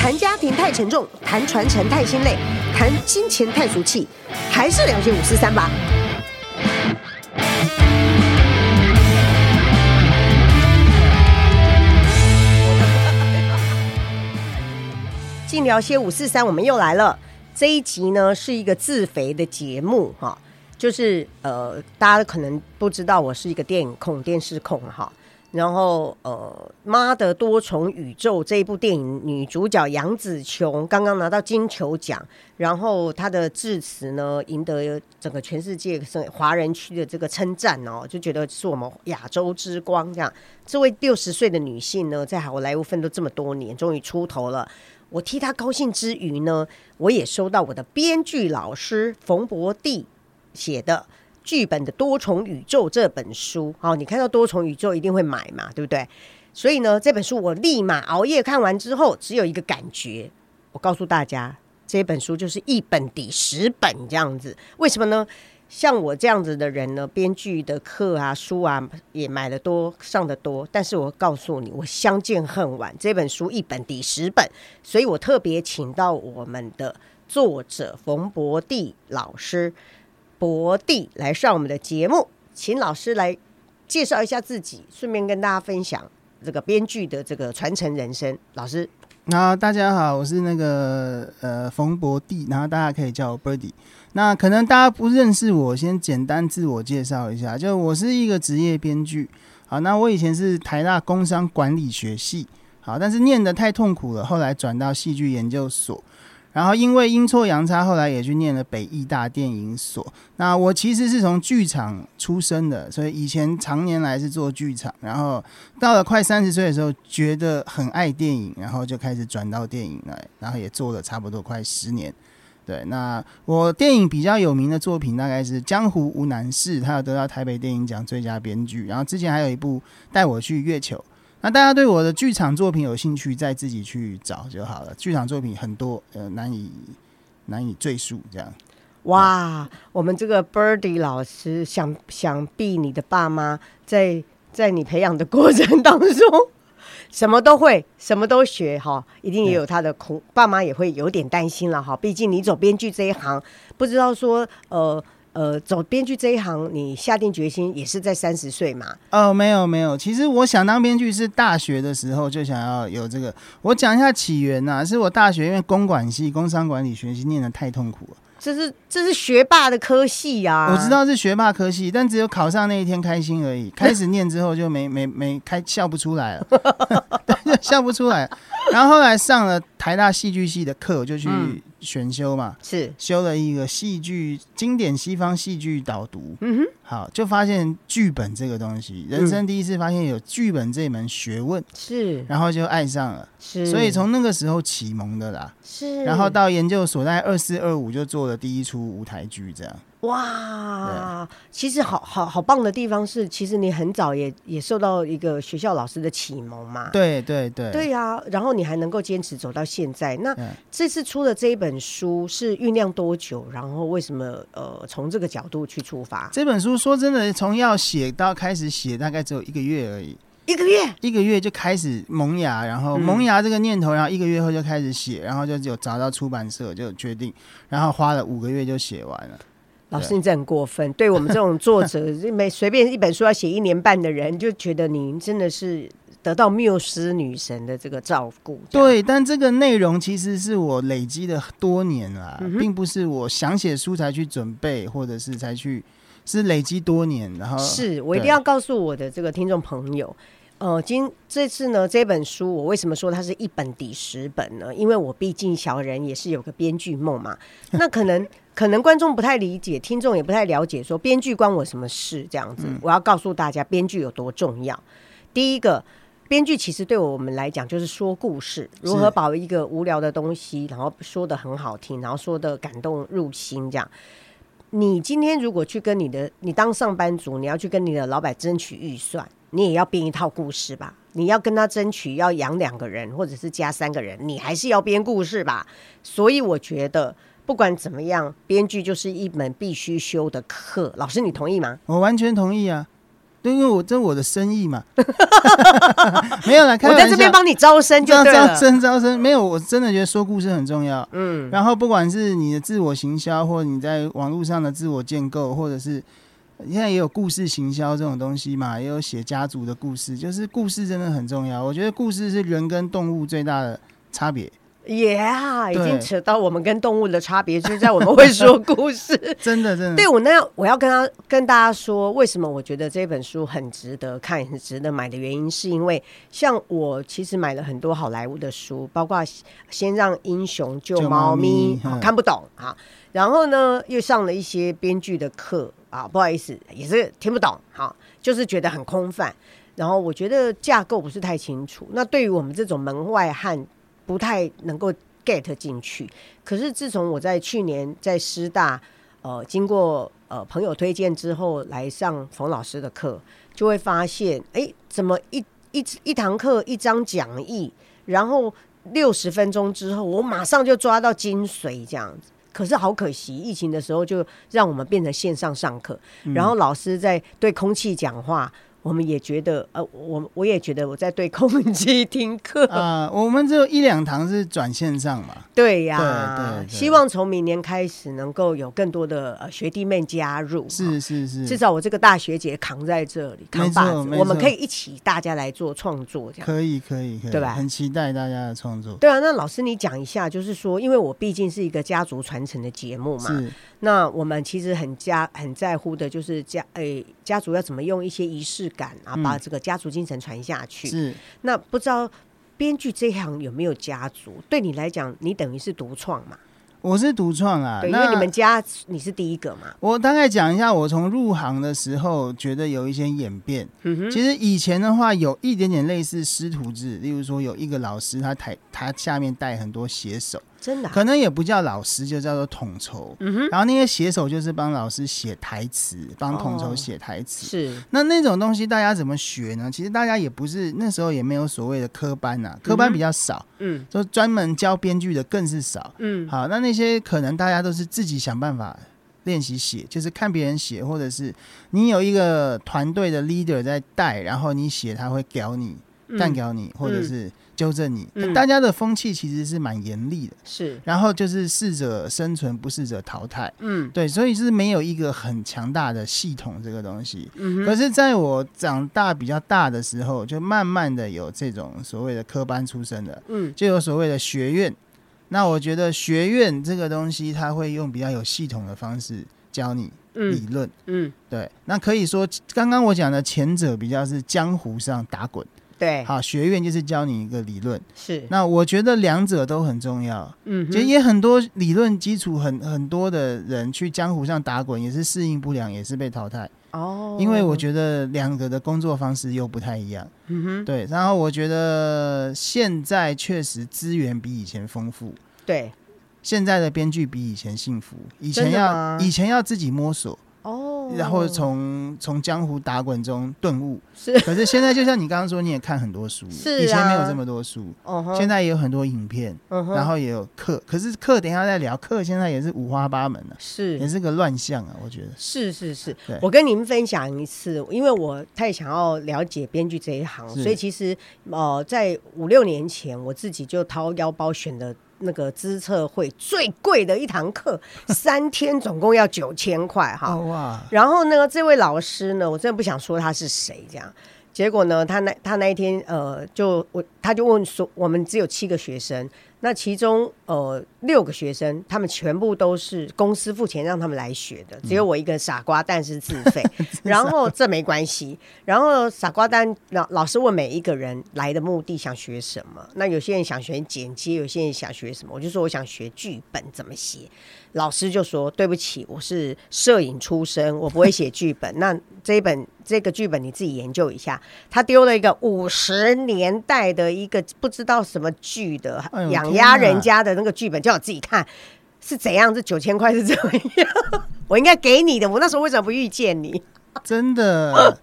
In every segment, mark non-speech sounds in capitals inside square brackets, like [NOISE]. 谈家庭太沉重，谈传承太心累，谈金钱太俗气，还是聊些五四三吧。尽聊些五四三，我们又来了。这一集呢是一个自肥的节目哈，就是呃，大家可能不知道我是一个电影控、电视控哈。然后呃，《妈的多重宇宙》这一部电影，女主角杨紫琼刚刚拿到金球奖，然后她的致辞呢，赢得整个全世界华人区的这个称赞哦，就觉得是我们亚洲之光这样。这位六十岁的女性呢，在好莱坞奋斗这么多年，终于出头了。我替她高兴之余呢，我也收到我的编剧老师冯博弟写的《剧本的多重宇宙》这本书。好、你看到多重宇宙一定会买嘛，对不对？所以呢，这本书我立马熬夜看完之后，只有一个感觉，我告诉大家，这本书就是一本抵十本这样子。为什么呢？像我这样子的人呢，编剧的课啊、书啊也买的多、上的多，但是我告诉你，我相见恨晚，这本书一本抵十本，所以我特别请到我们的作者冯博弟老师，博弟来上我们的节目，请老师来介绍一下自己，顺便跟大家分享这个编剧的这个传承人生。老师，那大家好，我是那个呃冯博弟，然后大家可以叫我 Birdy。那可能大家不认识我，先简单自我介绍一下，就我是一个职业编剧。好，那我以前是台大工商管理学系，好，但是念的太痛苦了，后来转到戏剧研究所。然后因为阴错阳差，后来也去念了北艺大电影所。那我其实是从剧场出身的，所以以前常年来是做剧场，然后到了快三十岁的时候，觉得很爱电影，然后就开始转到电影来，然后也做了差不多快十年。对，那我电影比较有名的作品大概是《江湖无难事》，他有得到台北电影奖最佳编剧，然后之前还有一部《带我去月球》。那大家对我的剧场作品有兴趣，再自己去找就好了。剧场作品很多，呃，难以难以赘述，这样。哇，我们这个 Birdy 老师，想想必你的爸妈在在你培养的过程当中，什么都会，什么都学哈，一定也有他的恐，爸妈也会有点担心了哈。毕竟你走编剧这一行，不知道说呃呃走编剧这一行，你下定决心也是在三十岁嘛？哦，没有没有，其实我想当编剧是大学的时候就想要有这个。我讲一下起源呐、是我大学因为公管系、工商管理学系念的太痛苦了。这是这是学霸的科系呀、我知道是学霸科系，但只有考上那一天开心而已。开始念之后就没没没开笑不出来了， [LAUGHS] 对，就笑不出来。然后后来上了台大戏剧系的课，我就去嗯选修嘛，是修了一个戏剧经典西方戏剧导读。嗯哼，嗯好，就发现剧本这个东西，人生第一次发现有剧本这门学问，是然后就爱上了。是，所以从那个时候启蒙的啦，是，然后到研究所，在二四二五就做了第一出舞台剧，这样。哇，其实好好好棒的地方是，其实你很早也也受到一个学校老师的启蒙嘛。对对嗯对，对呀、然后你还能够坚持走到现在。那嗯这次出的这一本书是酝酿多久？然后为什么呃从这个角度去出发？这本书说真的，从要写到开始写，大概只有一个月而已。一个月一个月就开始萌芽，然后嗯萌芽这个念头，然后一个月后就开始写，然后就有找到出版社就决定，然后花了五个月就写完了。老师，你这很过分。对我们这种作者，每随便一本书要写一年半的人，就觉得您真的是得到缪斯女神的这个照顾。这样，对，但这个内容其实是我累积了多年啦，嗯并不是我想写书才去准备，或者是才去，是累积多年，然后是我一对定要告诉我的这个听众朋友。呃，今这次呢，这本书我为什么说它是一本抵十本呢？因为我毕竟小人也是有个编剧梦嘛。那可能可能观众不太理解，听众也不太了解，说编剧关我什么事？这样子，我要告诉大家，编剧有多重要。第一个，编剧其实对我们来讲就是说故事，如何把一个无聊的东西，然后说的很好听，然后说的感动入心，这样。你今天如果去跟你的，你当上班族，你要去跟你的老板争取预算，你也要编一套故事吧？你要跟他争取要养两个人，或者是加三个人，你还是要编故事吧？所以我觉得。不管怎么样，编剧就是一门必须修的课。老师，你同意吗？我完全同意啊。对，因为我这是我的生意嘛， [LAUGHS] 没有 [LAUGHS] 啦，开我玩在笑这边帮你招生就招对招了。生招生，没有，我真的觉得说故事很重要。嗯，然后不管是你的自我行销，或者你在网络上的自我建构，或者是现在也有故事行销这种东西嘛，也有写家族的故事，就是故事真的很重要。我觉得故事是人跟动物最大的差别，也啊，已对经扯到我们跟动物的差别，就是在我们会说故 [LAUGHS] 事。嗯真的真的。对我那我要跟他跟大家说，为什么我觉得这本书很值得看、很值得买的原因，是因为像我其实买了很多好莱坞的书，包括《先让英雄救救猫猫咪咪》啊嗯看不懂啊，然后呢又上了一些编剧的课啊，不好意思，也是听不懂哈、啊，就是觉得很空泛。然后我觉得架构不是太清楚，那对于我们这种门外汉，不太能够 get 进去。可是自从我在去年在师大，呃，经过呃朋友推荐之后来上冯老师的课，就会发现，哎，怎么一一一堂课一张讲义，然后六十分钟之后，我马上就抓到精髓这样子。可是好可惜，疫情的时候就让我们变成线上上课，嗯然后老师在对空气讲话，我们也觉得，呃，我我也觉得我在对空气听课。啊、我们只有一两堂是转线上嘛，对呀、对对对希望从明年开始能够有更多的呃学弟妹加入，是是是，至少我哦这个大学姐扛在这里，扛没错把子，没错我们可以一起大家来做创作这样。可以可以可以，对吧很期待大家的创作，对啊，那老师你讲一下，就是说，因为我毕竟是一个家族传承的节目嘛，是那我们其实很家很在乎的就是家诶、家族要怎么用一些仪式感啊，嗯把这个家族精神传下去。是。那不知道编剧这一行有没有家族？对你来讲，你等于是独创嘛？我是独创啊，对，因那为你们家你是第一个嘛。我大概讲一下，我从入行的时候觉得有一些演变。嗯其实以前的话，有一点点类似师徒制，例如说有一个老师，他台他下面带很多写手，真的啊、可能也不叫老师，就叫做统筹。嗯然后那些写手就是帮老师写台词，帮统筹哦写台词。是那那种东西大家怎么学呢？其实大家也不是那时候也没有所谓的科班呐、科班比较少，嗯，就专门教编剧的更是少，嗯，好，那那些可能大家都是自己想办法练习写，就是看别人写，或者是你有一个团队的 leader 在带，然后你写他会屌你、干屌你，或者是纠正你，嗯大家的风气其实是蛮严厉的，是，然后就是适者生存，不适者淘汰。嗯对，所以是没有一个很强大的系统这个东西。嗯可是在我长大比较大的时候，就慢慢的有这种所谓的科班出身的，嗯就有所谓的学院。那我觉得学院这个东西，它会用比较有系统的方式教你理嗯论。嗯，对，那可以说刚刚我讲的前者比较是江湖上打滚，对，好，学院就是教你一个理论。是，那我觉得两者都很重要。嗯其实哼，也很多理论基础很很多的人去江湖上打滚，也是适应不良，也是被淘汰。哦因为我觉得两个的工作方式又不太一样。嗯哼，对，然后我觉得现在确实资源比以前丰富，对，现在的编剧比以前幸福。以前真的要吗以前要自己摸索，哦，然后从从江湖打滚中顿悟。是可是现在就像你刚刚说，你也看很多书，是啊以前没有这么多书，哦哼，现在也有很多影片。嗯哼，然后也有课，可是课等一下再聊，课现在也是五花八门的、也是。是个乱象啊，我觉得。是是是对，我跟您分享一次，因为我太想要了解编剧这一行，是所以其实呃，在五六年前，我自己就掏腰包选的那个资策会最贵的一堂课，三天总共要九千块哈。哦哇，然后呢，这位老师呢，我真的不想说他是谁这样。结果呢，他那他那一天呃，就我他就问说，我们只有七个学生，那其中呃六个学生，他们全部都是公司付钱让他们来学的，只有我一个傻瓜蛋是自费。然后这没关系，然后傻瓜蛋老老师问每一个人来的目的想学什么，那有些人想学剪接，有些人想学什么，我就说我想学剧本怎么写，老师就说：“对不起，我是摄影出身，我不会写剧本。 [LAUGHS] 那这一本这个剧本你自己研究一下。”他丢了一个五十年代的一个不知道什么剧的哎呦养鸭天哪人家的那个剧本，叫我自己看是怎样？这九千块是怎么样？ [LAUGHS] 我应该给你的，我那时候为什么不遇见你？真的，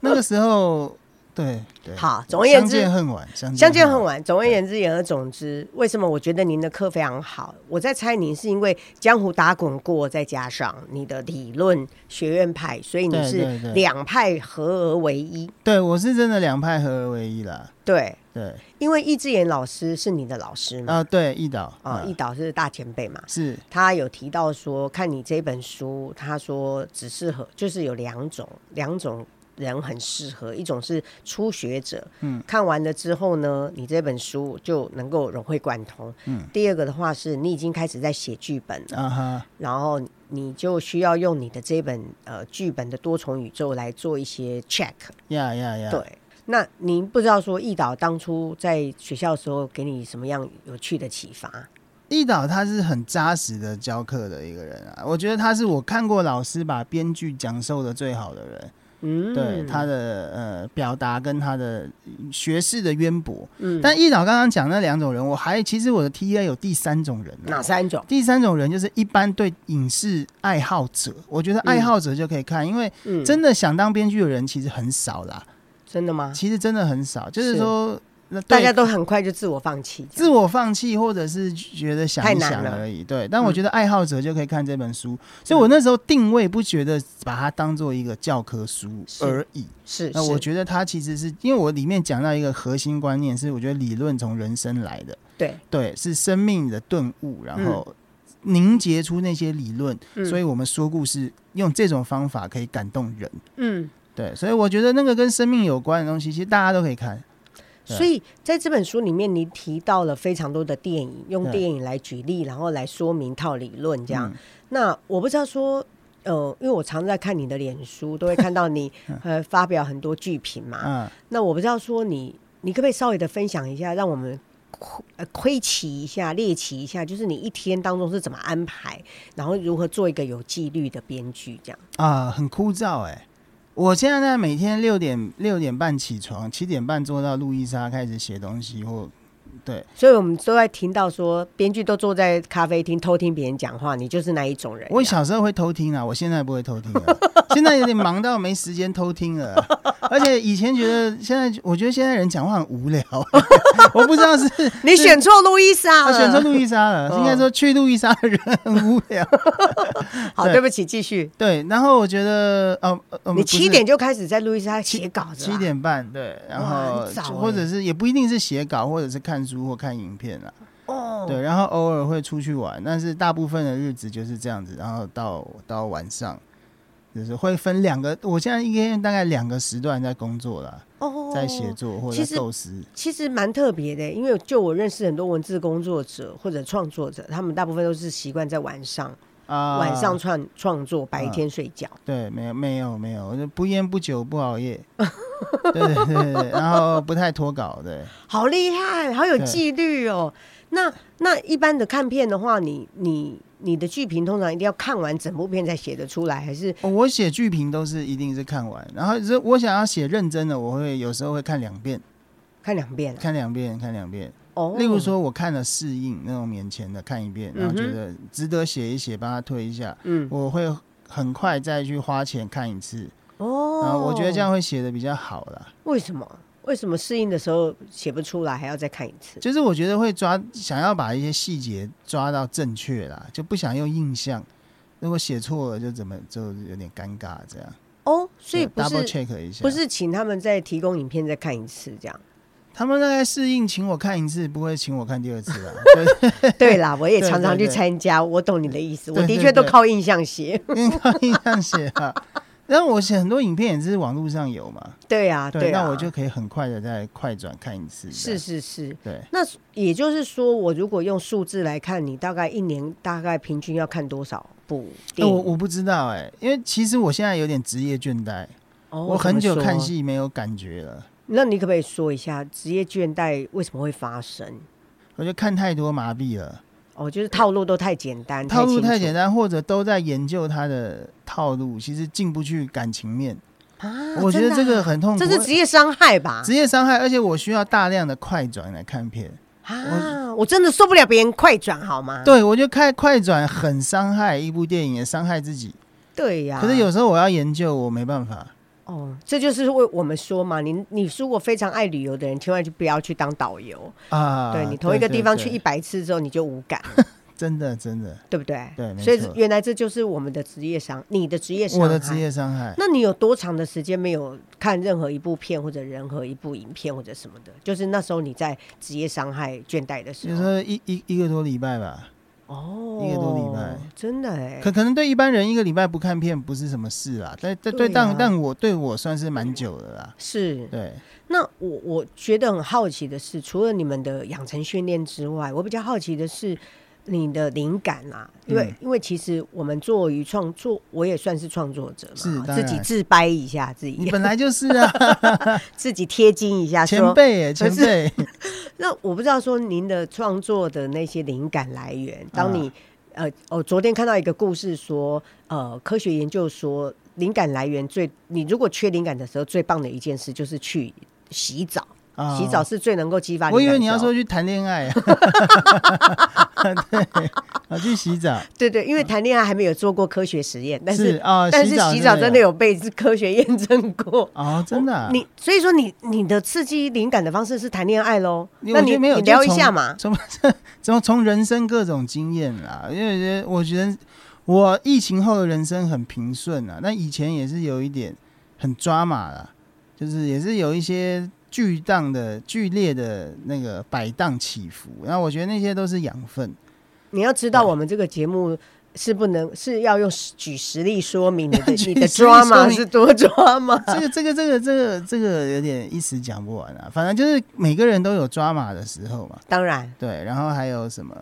那个时候对对，好总而言之相见恨晚，相相见恨晚。晚。总而言之，言而总之，为什么我觉得您的课非常好？我在猜您是因为江湖打滚过，再加上你的理论学院派，所以你对是对对两派合而为一。对我是真的两派合而为一啦。对，对因为易志言老师是你的老师嘛，啊，对易导嗯啊、嗯易导是大前辈嘛。是他有提到说，看你这本书，他说只适合，就是有两种，两种人很适合，一种是初学者，嗯，看完了之后呢，你这本书就能够融会贯通，嗯。第二个的话是你已经开始在写剧本了，啊哈，然后你就需要用你的这本呃剧本的多重宇宙来做一些 check，呀呀呀，对。那您不知道说易导当初在学校的时候给你什么样有趣的启发？易导他是很扎实的教课的一个人啊，我觉得他是我看过老师把编剧讲授的最好的人。嗯，对他的呃表达跟他的学识的渊博。嗯但易导刚刚讲那两种人，我还其实我的 T A 有第三种人、啊哪？三种？第三种人就是一般对影视爱好者，我觉得爱好者就可以看，因为嗯，真的想当编剧的人其实很少啦，真的吗？其实真的很少，就是啊是说那对大家都很快就自我放弃，自我放弃，或者是觉得想一太难想了嗯而已。对，但我觉得爱好者就可以看这本书，所以我那时候定位不觉得把它当做一个教科书是而已。是，那呃我是觉得它其实是因为我里面讲到一个核心观念，是我觉得理论从人生来的，对，对，是生命的顿悟，然后凝结出那些理论，嗯所以我们说故事用这种方法可以感动人。嗯，对，所以我觉得那个跟生命有关的东西，其实大家都可以看。对所以在这本书里面，你提到了非常多的电影，用对嗯电影来举例，然后来说明套理论这样。那我不知道说。呃，因为我常在看你的脸书，都会看到 [LAUGHS] 你呃发表很多剧评嘛。嗯，那我不知道说你，你可不可以稍微的分享一下，让我们窥呃窥奇一下、猎奇一下，就是你一天当中是怎么安排，然后如何做一个有纪律的编剧这样？啊、很枯燥哎、我现在在每天六点六点半起床，七点半坐到路易莎开始写东西或对，所以我们都在听到说，编剧都坐在咖啡厅偷听别人讲话，你就是那一种人。我小时候会偷听啊，我现在不会偷听了，现在有点忙到没时间偷听了。而且以前觉得，现在我觉得现在人讲话很无聊， [LAUGHS] 我不知道是你选错路易啊莎他了，选择路易莎了，嗯应该说去路易莎的人很无聊。 [LAUGHS] 好，对对不起，继续。对，然后我觉得，哦，呃我你们不是七点就开始在路易莎写稿子啊，七点半对，然哇后很早就欸或者是也不一定是写稿，或者是看书或看影片啊。哦，对，然后偶尔会出去玩，但是大部分的日子就是这样子，然后到到晚上，就是会分两个，我现在一天大概两个时段在工作啦，哦在写。作或其者实在构思。其实蛮特别的，因为就我认识很多文字工作者或者创作者，他们大部分都是习惯在晚上，啊、晚上创创作，白天睡觉。对，没有没有没有，我就不烟不酒不熬夜， [LAUGHS] 对对对对，然后不太脱稿，对，好厉害，好有对纪律哦。那那一般的看片的话，你你你的剧评通常一定要看完整部片才写得出来，还是哦我写剧评都是一定是看完，然后如我想要写认真的，我会有时候会看两遍，看两遍、啊？看两遍，看两遍。哦， [LAUGHS] 例如，说，我看了适应那种免钱的看一遍，然后觉嗯哼得值得写一写，帮他推一下，嗯，我会很快再去花钱看一次，哦，然后啊我觉得这样会写的比较好啦。为什么？为什么适应的时候写不出来，还要再看一次？就是我觉得会抓，想要把一些细节抓到正确啦，就不想用印象。如果写错了，就怎么就有点尴尬这样。哦，所以对不 double 是 check 一下，不是请他们再提供影片再看一次这样？ [LAUGHS] 他们大概适应请我看一次，不会请我看第二次啦。对对啦，我也常常对去对对参加，我懂你的意思，我对的对确都对靠印象写。 [LAUGHS] 跟靠印象写啊。然后我写很多影片也是网络上有嘛，对啊，对，啊，那我就可以很快的再快转看一次。是，是是。对，那也就是说，我如果用数字来看，你大概一年大概平均要看多少部那电影？我我不知道哎、因为其实我现在有点职业倦怠，哦我很久看。怎么说戏没有感觉了，那你可不可以说一下职业倦怠为什么会发生？我就看太多麻痹了，哦，就是套路都太简单，套路清楚太简单，或者都在研究他的套路，其实进不去感情面，啊！我觉真得的啊这个很痛苦。这是职业伤害吧？职业伤害，而且我需要大量的快转来看片。啊，我真的受不了别人快转好吗？对，我觉得看快转很伤害一部电影，也伤害自己。对呀、可是有时候我要研究，我没办法。哦，这就是为我们说嘛，你你如果非常爱旅游的人，千万就不要去当导游。啊，对你同一个地方去对一，百次之后，你就无感，对真的真的，对不对？对没所以错原来这就是我们的职业伤，你的职业伤害。我的职业伤害。那你有多长的时间没有看任何一部片或者任何一部影片或者什么的？就是那时候你在职业伤害倦怠的时有时候，候一一一个多礼拜吧，哦，一个多礼拜，真的哎、可可能对一般人一个礼拜不看片不是什么事啦，但但对对啊但但我对我算是蛮久的啦，是。 [LAUGHS] 对，那我我觉得很好奇的是，除了你们的养成训练之外，我比较好奇的是你的灵感啊，因为、嗯因为其实我们做于创作，我也算是创作者是嘛，当自然己自掰一下自己你，本来就是啊， [LAUGHS] 自己贴金一下说，前辈耶，前是辈， [LAUGHS] 那我不知道说您的创作的那些灵感来源，当嗯你、呃，哦，昨天看到一个故事说，呃，科学研究说，灵感来源最，你如果缺灵感的时候，最棒的一件事就是去洗澡，啊洗澡是最能够激发。我以为你要说，去谈 [LAUGHS] 恋爱、啊，对，啊，去洗澡对对，嗯因为谈恋爱还没有做过科学实验，但是啊，但是洗澡真的有有被科学验证过。哦，真的啊、你所以说你你的刺激灵感的方式是谈恋爱喽？你那我觉你得没有你就聊一从下嘛？ [LAUGHS] 从从从人生各种经验啦，因为觉得我觉得我疫情后的人生很平顺啊，那以前也是有一点很抓马啦，就是也是有一些巨荡的剧烈的那个摆荡起伏，然后我觉得那些都是养分。你要知道，对我们这个节目是不能是要用实举实例说明 [LAUGHS] 你的举你的实例说明 drama 是多 drama。 [LAUGHS] 这个这个这个这个这个有点一时讲不完啊，反正就是每个人都有抓马的时候嘛。当然，对，然后还有什么？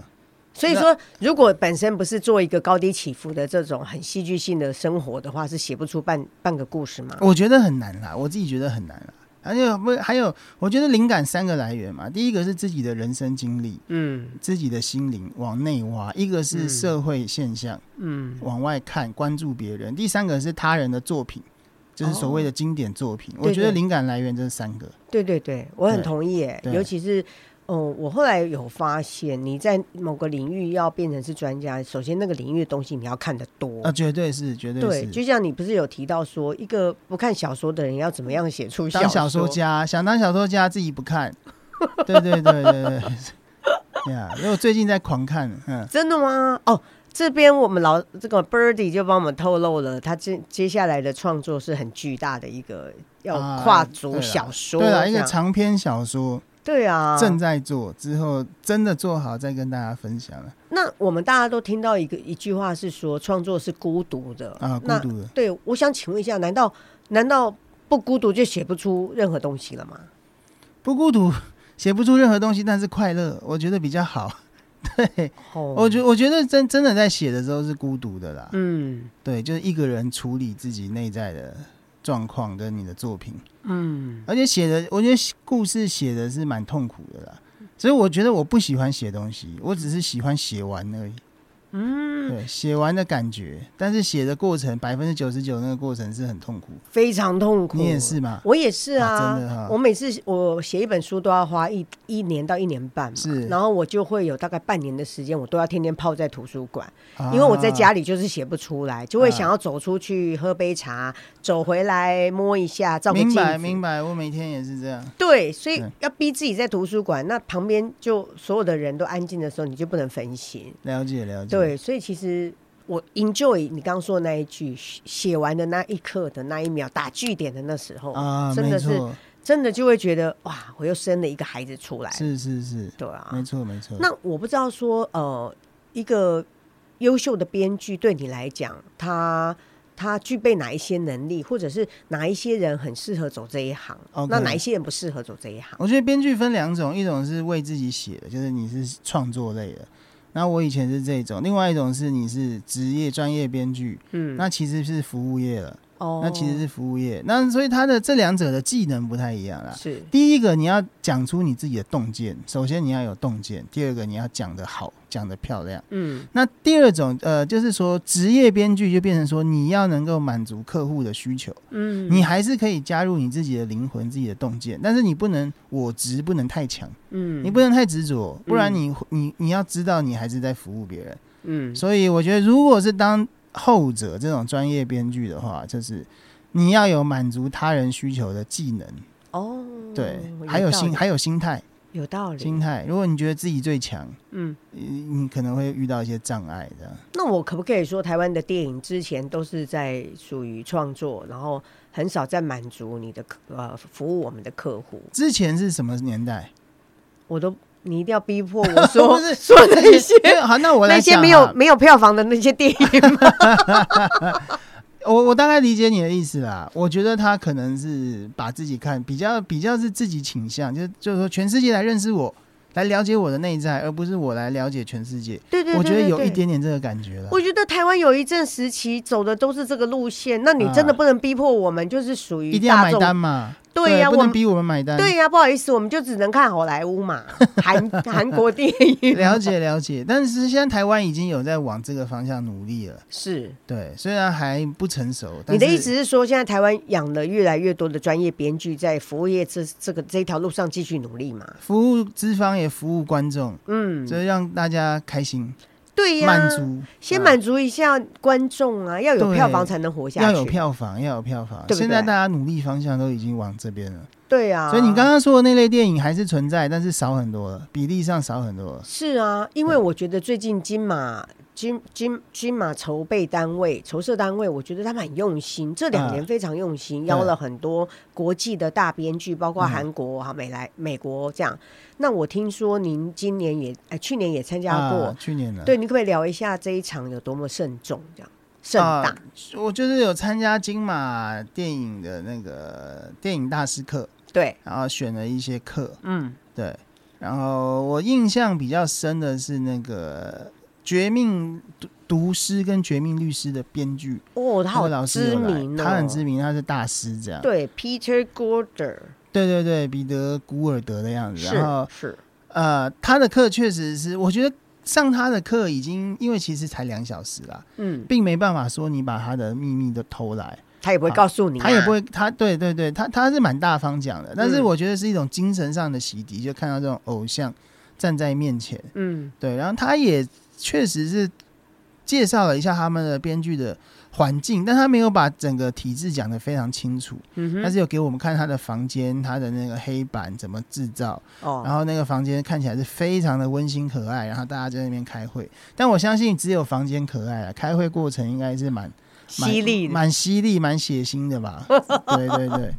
所以说，如果本身不是做一个高低起伏的这种很戏剧性的生活的话，是写不出半半个故事嘛？我觉得很难啦，我自己觉得很难啦。还有不还有，我觉得灵感三个来源嘛，第一个是自己的人生经历，嗯自己的心灵往内挖；一个是嗯社会现象、嗯，往外看，关注别人；第三个是他人的作品，就是所谓的经典作品。哦对我觉得对灵感来源这三个，对对对，我很对同意耶，对尤其是。哦，我后来有发现，你在某个领域要变成是专家，首先那个领域的东西你要看得多啊，绝对是，绝哦对，是。就像你不是有提到说，一个不看小说的人要怎么样写出当小说家，想当小说家，自己不看。对对对对对。对呀，因为我最近在狂看，嗯，真的吗？哦，这边我们老这个 Birdy 就帮我们透露了，他接接下来的创作是很巨大的一个要啊跨足小说，对啊，一这个样长篇小说对啊。正在做，之后真的做好再跟大家分享了那我们大家都听到一个一句话是说，创作是孤独的啊，孤那独的。对，我想请问一下，难道难道不孤独就写不出任何东西了吗？不孤独，写不出任何东西，但是快乐，我觉得比较好。对，哦我觉我觉得真真的在写的时候是孤独的啦，嗯对，就是一个人处理自己内在的状况跟你的作品，嗯，而且写的，我觉得故事写的是蛮痛苦的啦。所以我觉得我不喜欢写东西，我只是喜欢写完而已。嗯，对，写完的感觉，但是写的过程百分之九十九那个过程是很痛苦。非常痛苦。你也是吗？我也是啊，啊真的哈我每次我写一本书都要花一一年到一年半嘛，是然后我就会有大概半年的时间，我都要天天泡在图书馆，啊因为我在家里里就是写不出来，就啊会想要走出去喝杯茶，走回来摸一下，照个镜明子。白明白，我每天也是这样。对，所以对要逼自己在图书馆，那旁边就所有的人都安静的时候，你就不能分心。了解了解。对，所以其实我 enjoy 你刚刚说的那一句，写写完的那一刻的那一秒，打句点的那时候啊，真的没是错，真的就会觉得哇，我又生了一个孩子出来，是嗯是是，对啊没。错没错。那我不知道说，呃，一个优秀的编剧对你来讲，他他具备哪一些能力，或者是哪一些人很适合走这一行 OK 那哪一些人不适合走这一行？我觉得编剧分两种，一种是为自己写的，就是你是创作类的。那我以前是这种，另外一种是你是职业专业编剧，嗯，那其实是服务业了，哦那其实是服务业，那所以它的这两者的技能不太一样啦。是第一个，你要讲出你自己的洞见，首先你要有洞见；第二个，你要讲得好，讲得漂亮。嗯那第二种，呃，就是说职业编剧就变成说，你要能够满足客户的需求，嗯你还是可以加入你自己的灵魂、自己的洞见，但是你不能我执，不能太强，嗯你不能太执着，不然你你你要知道，你还是在服务别人。嗯所以我觉得，如果是当后者这种专业编剧的话，就是你要有满足他人需求的技能，哦，对，还有道心理还有心态，有道理。心态。如果你觉得自己最强，嗯，你你可能会遇到一些障碍的。那我可不可以说，台湾的电影之前都是在属于创作，然后很少在满足你的客呃服务我们的客户？之前是什么年代？我都你一定要逼迫 [LAUGHS] 我说不 [LAUGHS] 是说那些因为好，那我来那些讲啊没好有了没有票房的那些电 [LAUGHS] 影。我我大概理解你的意思啦。我觉得他可能是把自己看比较比较是自己倾向，就是就是说全世界来认识我，来了解我的内在，而不是我来了解全世界。对对对我觉得嗯对有对一点啊点这个感觉了。我觉得台湾有一阵时期走的都是这个路线，那你真的啊不能逼迫我们，就是属于一定要大买众。单嘛？对呀不我能们逼我们买单。对呀、不好意思，我们就只能看好莱坞嘛，韩 [LAUGHS] 韩国电影了解了解，但是现在台湾已经有在往这个方向努力了。是。对，虽然还不成熟，但你的是意思是说，现在台湾养了越来越多的专业编剧，在服务业这这个这条路上继续努力嘛？服务资方也服务观众，嗯，所以让大家开心、对呀、满足，先啊满足一下观众啊，要有对票房才能活下去，要有，票房，要有票房。对不现在对大家努力方向都已经往这边了，对啊。所以你刚刚说的那类电影还是存在，但是少很多了，比例上少很多了。是啊，因为我觉得最近金马金金金马筹备单位、筹设单位，我觉得他们很用心，这两啊年非常用心，对邀了很多国际的大编剧，包括嗯韩国哈、美来美国这样。那我听说您今年也哎、去年也参加过，啊、去年了，对，你可不可以聊一下这一场有多么慎重这样？盛大、啊我就是有参加金马电影的那个电影大师课，对，然后选了一些课，嗯，对，然后我印象比较深的是那个《绝命毒毒师》跟《绝命律师》的编剧，哦，他那个好老师知有来名哦，他很知名，他是大师这样。对，Peter Gorder 对对对，彼得·古尔德的样子。然是后是，呃，他的课确实是，我觉得上他的课已经，因为其实才两小时啦，嗯，并没办法说你把他的秘密都偷来，他也不会好告诉你、啊啊他也不。会，他对对对，他他是蛮大方讲的，嗯但是我觉得是一种精神上的洗涤，就看到这种偶像站在面前，嗯，对，然后他也确实是介绍了一下他们的编剧的环境，但他没有把整个体制讲得非常清楚，嗯哼但是有给我们看他的房间，他的那个黑板怎么制造，哦，然后那个房间看起来是非常的温馨可爱，然后大家在那边开会，但我相信只有房间可爱了，开会过程应该是蛮蛮犀利的。蛮犀利、蛮血腥的吧？对对对，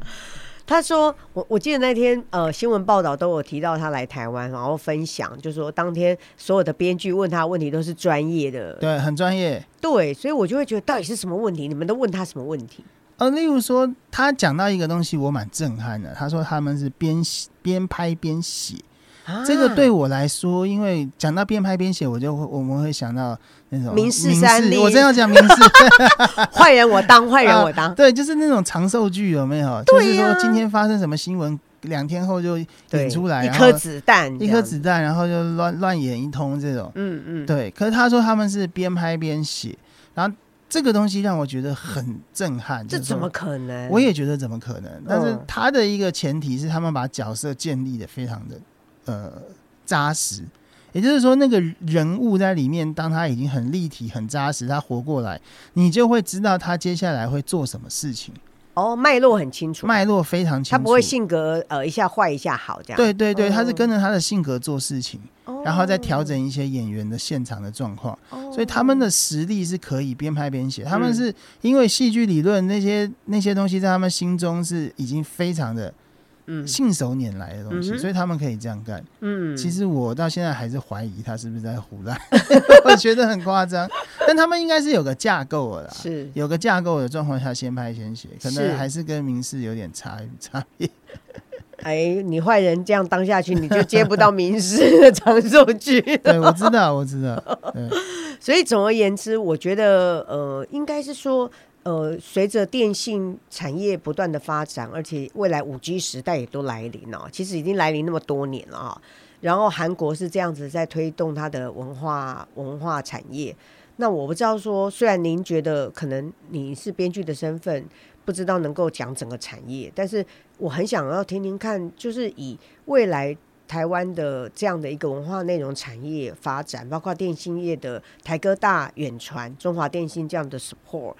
他说，我我记得那天呃新闻报道都有提到他来台湾，然后分享，就说当天所有的编剧问他问题都是专业的，对，很专业。对，所以我就会觉得到底是什么问题？你们都问他什么问题？呃，例如说，他讲到一个东西，我蛮震撼的。他说他们是边写边拍边写，啊这个对我来说，因为讲到边拍边写，我就会我们会想到那种民事三立我正要讲民事，坏人我当，坏人啊我当， [LAUGHS] 对，就是那种长寿剧有没有？就对是呀说今天发生什么新闻，两天后就对，引出来，一然后颗子弹，一颗，子弹，然后就乱乱演一通这种。嗯嗯，对，可是他说他们是边拍边写，然后这个东西让我觉得很震撼。这就是说怎么可能？我也觉得怎么可能？但是嗯他的一个前提是他们把角色建立的非常的呃扎实，也就是说那个人物在里面，当他已经很立体、很扎实，他活过来，你就会知道他接下来会做什么事情，哦，脉络很清楚，脉络非常清楚。他不会性格呃一下坏一下好这样，对对对，他是嗯跟着他的性格做事情，哦，然后再调整一些演员的现场的状况。哦，所以他们的实力是可以边拍边写，他们嗯是因为戏剧理论那些那些东西在他们心中是已经非常的嗯信手拈来的东西，嗯哼所以他们可以这样干。嗯，其实我到现在还是怀疑他是不是在胡乱， [LAUGHS] 我觉得很夸张。但他们应该是有个架构了啦，是有个架构的状况下先拍先写，可是能还是跟民事有点差 [LAUGHS] 差别。哎，你坏人这样当下去，你就接不到民事的长寿剧。对，我知道，我知道。对，所以总而言之，我觉得呃，应该是说。呃，随着电信产业不断的发展，而且未来五 G 时代也都来临了、其实已经来临那么多年了啊、然后韩国是这样子在推动它的文化文化产业。那我不知道说，虽然您觉得可能你是编剧的身份，不知道能够讲整个产业，但是我很想要听听看，就是以未来台湾的这样的一个文化内容产业发展，包括电信业的台哥大、远传、中华电信这样的 support，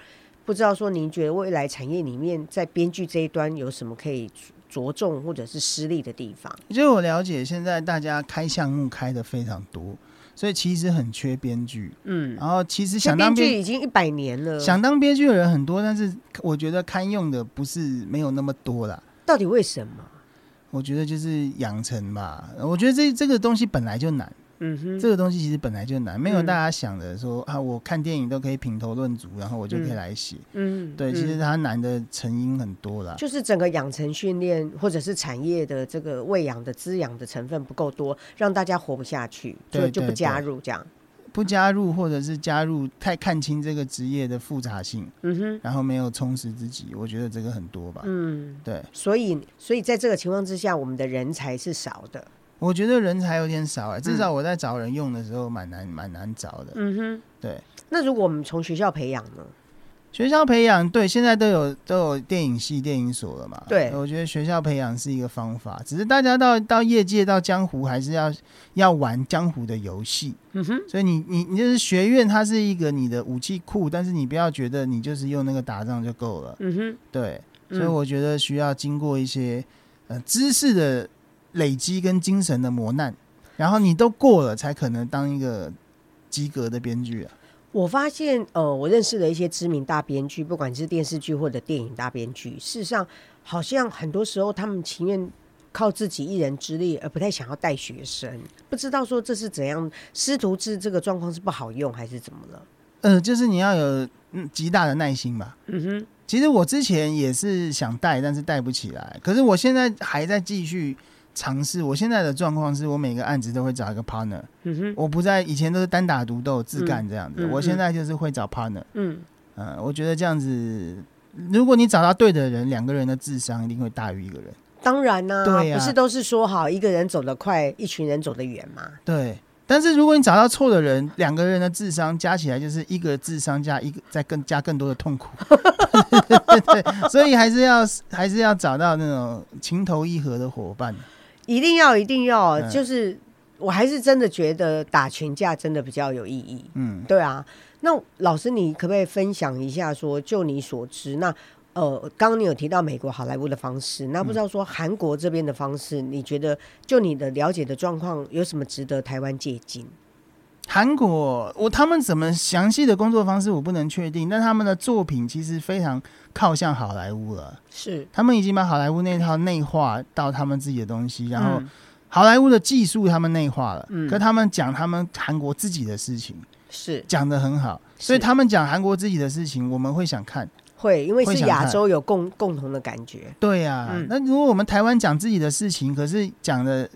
不知道说您觉得未来产业里面在编剧这一端有什么可以着重或者是失利的地方？就我了解，现在大家开项目开的非常多，所以其实很缺编剧。嗯，然后其实像想当编编剧呃已经一百年了，想当编剧的人很多，但是我觉得堪用的不是没有那么多啦。到底为什么？我觉得就是养成吧，我觉得这这个东西本来就难，嗯哼，这个东西其实本来就难，没有嗯大家想的说、啊，我看电影都可以品头论足，然后我就可以嗯来写。嗯，对，嗯其实它难的成因很多啦。就是整个养成训练或者是产业的这个喂养的滋养的成分不够多，让大家活不下去，所对以就对不加对入这样。不加入或者是加入太看清这个职业的复杂性，嗯哼，然后没有充实自己，我觉得这个很多吧。嗯，对，所以所以在这个情况之下，我们的人才是少的。我觉得人才有点少哎、至少我在找人用的时候蛮难蛮难找的。嗯哼，对，那如果我们从学校培养呢？学校培养对现在都有都有电影系、电影所了嘛。对我觉得学校培养是一个方法，只是大家到到业界到江湖还是要要玩江湖的游戏。嗯哼，所以你你你就是学院，它是一个你的武器库，但是你不要觉得你就是用那个打仗就够了。嗯哼，对，嗯所以我觉得需要经过一些呃知识的累积跟精神的磨难，然后你都过了，才可能当一个及格的编剧啊。我发现，呃，我认识的一些知名大编剧，不管是电视剧或者电影大编剧，事实上好像很多时候他们情愿靠自己一人之力，而不太想要带学生。不知道说这是怎样，师徒制这个状况是不好用还是怎么了？呃，就是你要有嗯极大的耐心吧。嗯哼，其实我之前也是想带，但是带不起来。可是我现在还在继续尝试。我现在的状况是我每个案子都会找一个 partner，嗯哼，我不在以前都是单打独斗、自干这样子，嗯嗯我嗯现在就是会找 partner。嗯，嗯，我觉得这样子，如果你找到对的人，两个人的智商一定会大于一个人。当然呢、对呀不是都是说好一个人走得快，一群人走得远嘛？对，但是如果你找到错的人，两个人的智商加起来就是一个智商加一个，再更加更多 [LAUGHS] 的痛苦。对，所以还是要 [LAUGHS] 还是要找到那种情投意合的伙伴。一定要，一定要，嗯就是我还是真的觉得打群架真的比较有意义。嗯，对啊，那老师，你可不可以分享一下说，就你所知，那呃，刚刚你有提到美国好莱坞的方式，那嗯不知道说韩国这边的方式，你觉得就你的了解的状况，有什么值得台湾借鉴？韩国我他们怎么详细的工作方式我不能确定，但他们的作品其实非常靠向好莱坞了。是，他们已经把好莱坞那套内化到他们自己的东西，然后嗯好莱坞的技术他们内化了，嗯可他们讲他们韩国自己的事情，是讲的很好，所以是他们讲韩国自己的事情，我们会想看。会，因为会是想亚看洲有共共同的感觉。对呀、嗯那如果我们台湾讲自己的事情，可是讲的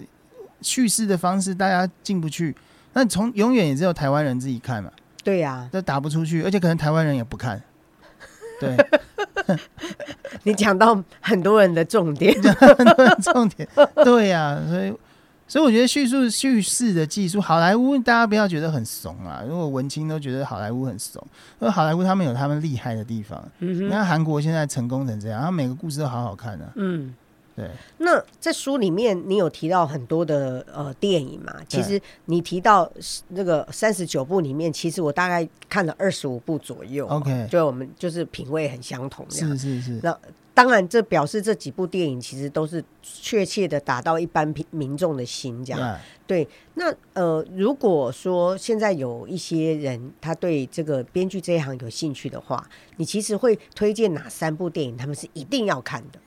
叙事的方式大家进不去，那从永远也只有台湾人自己看嘛，对啊呀、都打不出去，而且可能台湾人也不看。对， [LAUGHS] 你讲到很多人的重点，重点，对呀、所以所以我觉得叙述叙事的技术，好莱坞大家不要觉得很怂啊，如果文青都觉得好莱坞很怂，因为好莱坞他们有他们厉害的地方。你嗯哼，看韩国现在成功成这样，他每个故事都好好看啊。嗯。对，那在书里面，你有提到很多的呃电影嘛？其对实你提到是那个三十九部里面，其实我大概看了二十五部左右哦。 OK 就我们就是品味很相同这是样。是是，当然，这表示这几部电影其实都是确切的打到一般平民众的心这样。对对，那呃，如果说现在有一些人他对这个编剧这一行有兴趣的话，你其实会推荐哪三部电影？他们是一定要看的。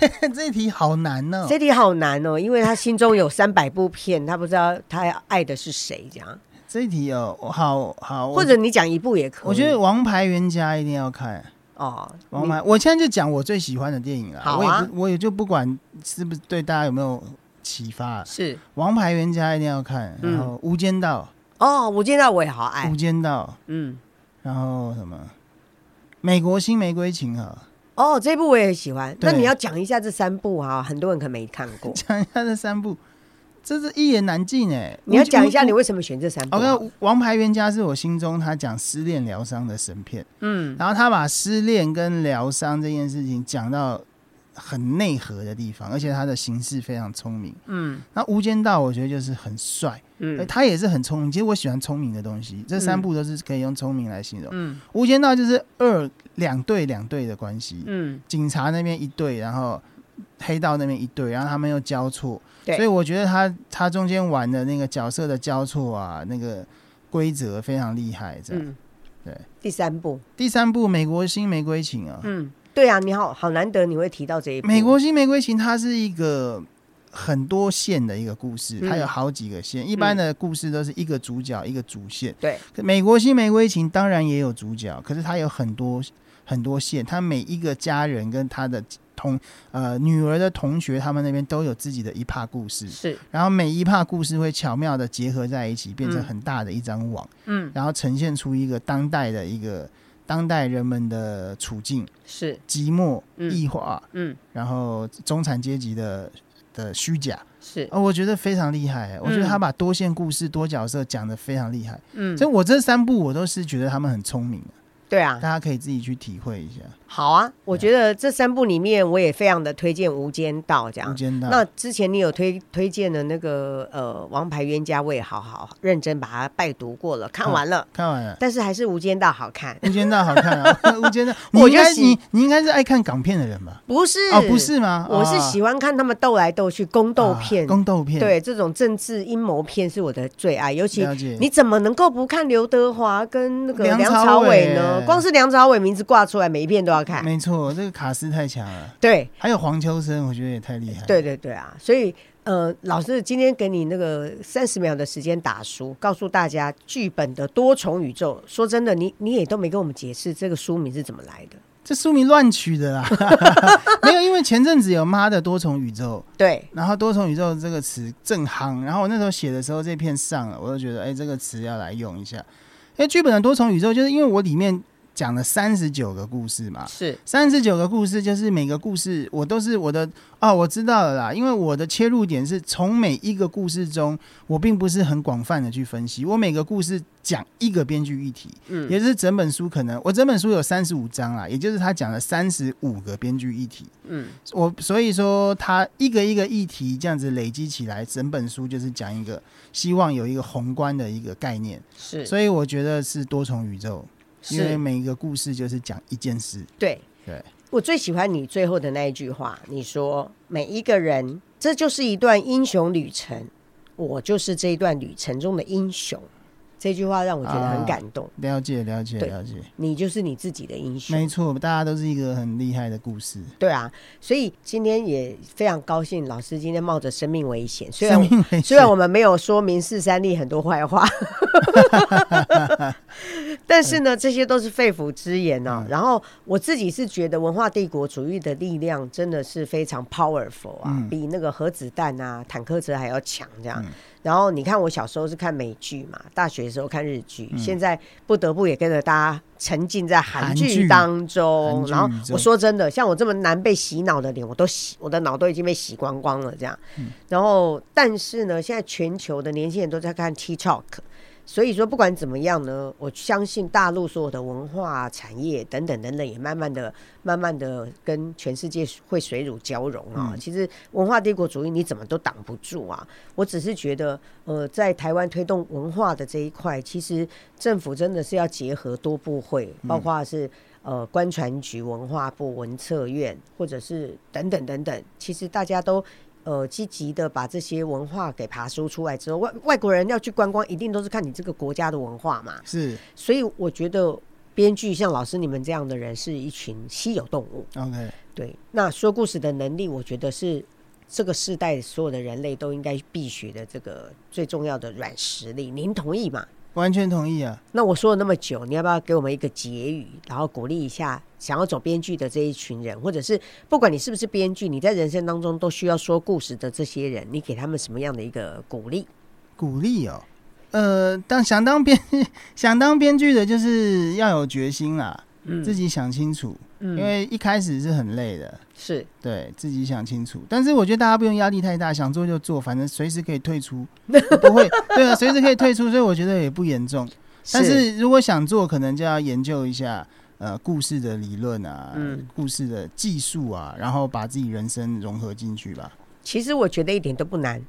[LAUGHS] 这一题好难哦。这题好难哦，因为他心 [LAUGHS] 中有三百部片，他不知道他爱的是谁，这样。这一题哦，我好好，我或者你讲一部也可以。我觉得《王牌冤家》一定要看，《哦，王牌》我现在就讲我最喜欢的电影啦。好啊我也不我也就不管是不是对大家有没有启发，你是《王牌冤家》一定要看，嗯然后《无间道哦，我见到我也好》，爱无。间道》，嗯，然后什么《美国新玫瑰情》啊， [LAUGHS] 哦，这部我也喜欢。那对你要讲一下这三部啊，很多人可没看 [LAUGHS] 过。讲一下这三部，这是一言难尽哎。你要讲一下无你为什么选这三部哦，啊、那《王牌冤家》是我心中他讲失恋疗伤的神片，嗯然后他把失恋跟疗伤这件事情讲到很内核的地方，而且他的行事非常聪明。嗯那《无间道》我觉得就是很帅，哎嗯他也是很聪明。其实我喜欢聪明的东西，这三部都是可以用聪明来形容。嗯无间道》就是二两队两队的关系，嗯，警察那边一队，然后黑道那边一队，然后他们又交错，对所以我觉得他他中间玩的那个角色的交错啊，那个规则非常厉害。这样，嗯对。第三部，第三部《美国新玫瑰情》啊，嗯，对啊，你好好难得你会提到这一部。美国新玫瑰情》它是一个很多线的一个故事，嗯它有好几个线。一般的故事都是一个主角一个主线。对，可美国新玫瑰情》当然也有主角，可是它有很多很多线，它每一个家人跟他的同呃女儿的同学，他们那边都有自己的一帕故事。是，然后每一帕故事会巧妙的结合在一起，变成嗯很大的一张网，嗯然后呈现出一个当代的一个当代人们的处境，是，寂寞、嗯异化，嗯然后中产阶级的的虚假，是，哦，我觉得非常厉害。欸我觉得他把多线故事、多角色讲得非常厉害，嗯所以我这三部我都是觉得他们很聪明，对啊大，家可以自己去体会一下好啊，我觉得这三部里面我也非常的推荐《无间道》这《无样。间道》。那之前你有推推荐的那个呃《王牌冤家》，我也好好认真把它拜读过了，看完了，看完了，但是还是《无间道》好 [LAUGHS] 看。 《无间道》好看啊， [LAUGHS] 《无 [LAUGHS] 间道》你我应就该喜你你应该是爱看港片的人吧？不是哦，不，是吗？我是哦喜欢看他们斗来斗去，宫斗啊片，宫斗片，对这种政治阴谋片是我的最爱，尤其了解。你怎么能够不看刘德华跟那个梁梁朝朝伟呢伟？光是梁朝伟名字挂出来，每一片都要看。没错，这个卡斯太强了，对，还有黄秋生，我觉得也太厉害了。对对对啊，所以呃，老师今天给你那个三十秒的时间打书，告诉大家剧本的多重宇宙。说真的，你你也都没跟我们解释这个书名是怎么来的。这书名乱取的啦， [LAUGHS] 没有，因为前阵子有《妈的多重宇宙》，对，然后“多重宇宙”这个词正夯，然后我那时候写的时候，这篇上了，我就觉得，哎、这个词要来用一下。因为剧本的多重宇宙，就是因为我里面讲了三十九个故事嘛，是三十九个故事，就是每个故事我都是我的哦，我知道了啦，因为我的切入点是从每一个故事中，我并不是很广泛的去分析，我每个故事讲一个编剧议题，嗯也就是整本书可能我整本书有三十五章啦，也就是他讲了三十五个编剧议题，嗯，我所以说他一个一个议题这样子累积起来，整本书就是讲一个希望有一个宏观的一个概念，是所以我觉得是多重宇宙，因为是，每一个故事就是讲一件事，对对。我最喜欢你最后的那一句话，你说每一个人，这就是一段英雄旅程，我就是这一段旅程中的英雄。这句话让我觉得啊很感动，了解了解对了解。你就是你自己的英雄。没错，大家都是一个很厉害的故事。对啊，所以今天也非常高兴，老师今天冒着生命危险，虽然生命危虽然我们没有说明四三立很多坏 [LAUGHS] 话，但是呢，这些都是肺腑之言嗯哦。然后我自己是觉得文化帝国主义的力量真的是非常 powerful 啊，嗯比那个核子弹啊、坦克车还要强这样。嗯然后你看，我小时候是看美剧嘛，大学的时候看日剧，现在不得不也跟着大家沉浸在韩嗯韩剧剧当中韩。剧然后宇宙我说真的，像我这么难被洗脑的脸，我都洗，我的脑都已经被洗光光了这样。嗯然后，但是呢，现在全球的年轻人都在看 TikTok，所以说不管怎么样呢，我相信大陆所有的文化产业等等等等，也慢慢的、慢慢的跟全世界会水乳交融啊、嗯其实文化帝国主义你怎么都挡不住啊。我只是觉得，呃，在台湾推动文化的这一块，其实政府真的是要结合多部会，嗯包括是。呃，观传局、文化部、文策院，或者是等等等等，其实大家都呃积极的把这些文化给爬梳出来之后，外外国人要去观光，一定都是看你这个国家的文化嘛。是所以我觉得编剧像老师你们这样的人是一群稀有动物。 OK，对，那说故事的能力，我觉得是这个世代所有的人类都应该必须的这个最重要的软实力。您同意吗？完全同意啊。那我说了那么久，你要不要给我们一个结语，然后鼓励一下想要走编剧的这一群人，或者是不管你是不是编剧，你在人生当中都需要说故事的这些人，你给他们什么样的一个鼓励？鼓励哦，呃，当想当编 [LAUGHS] 想当编剧的，就是要有决心啦，嗯自己想清楚，因因为一开始是很累的。是对自己想清楚，但是我觉得大家不用压力太大，想做就做，反正随时可以退出，不会，对啊，随时可以退出，所以我觉得也不严重。但是如果想做，可能就要研究一下，呃故事的理论啊，嗯故事的技术啊，然后把自己人生融合进去吧。其实我觉得一点都不难，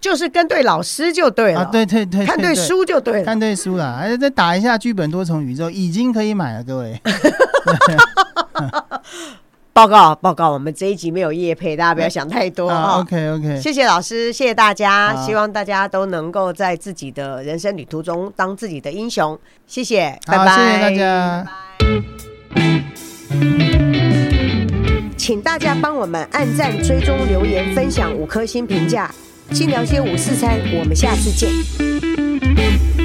就是跟对老师就对了，啊，对对对，看对书就对嗯了。看对书啦，还是再打一下剧本多重宇宙，已经可以买了，各位。报告报告，我们这一集没有业配，大家不要想太多啊啊。 ，OK OK，谢谢老师，谢谢大家，好希望大家都能够在自己的人生旅途中当自己的英雄。谢谢，拜好，拜，谢谢大。家。请大家帮我们按赞、追踪、留言、分享五颗星评价。尽聊些五四三，我们下次见。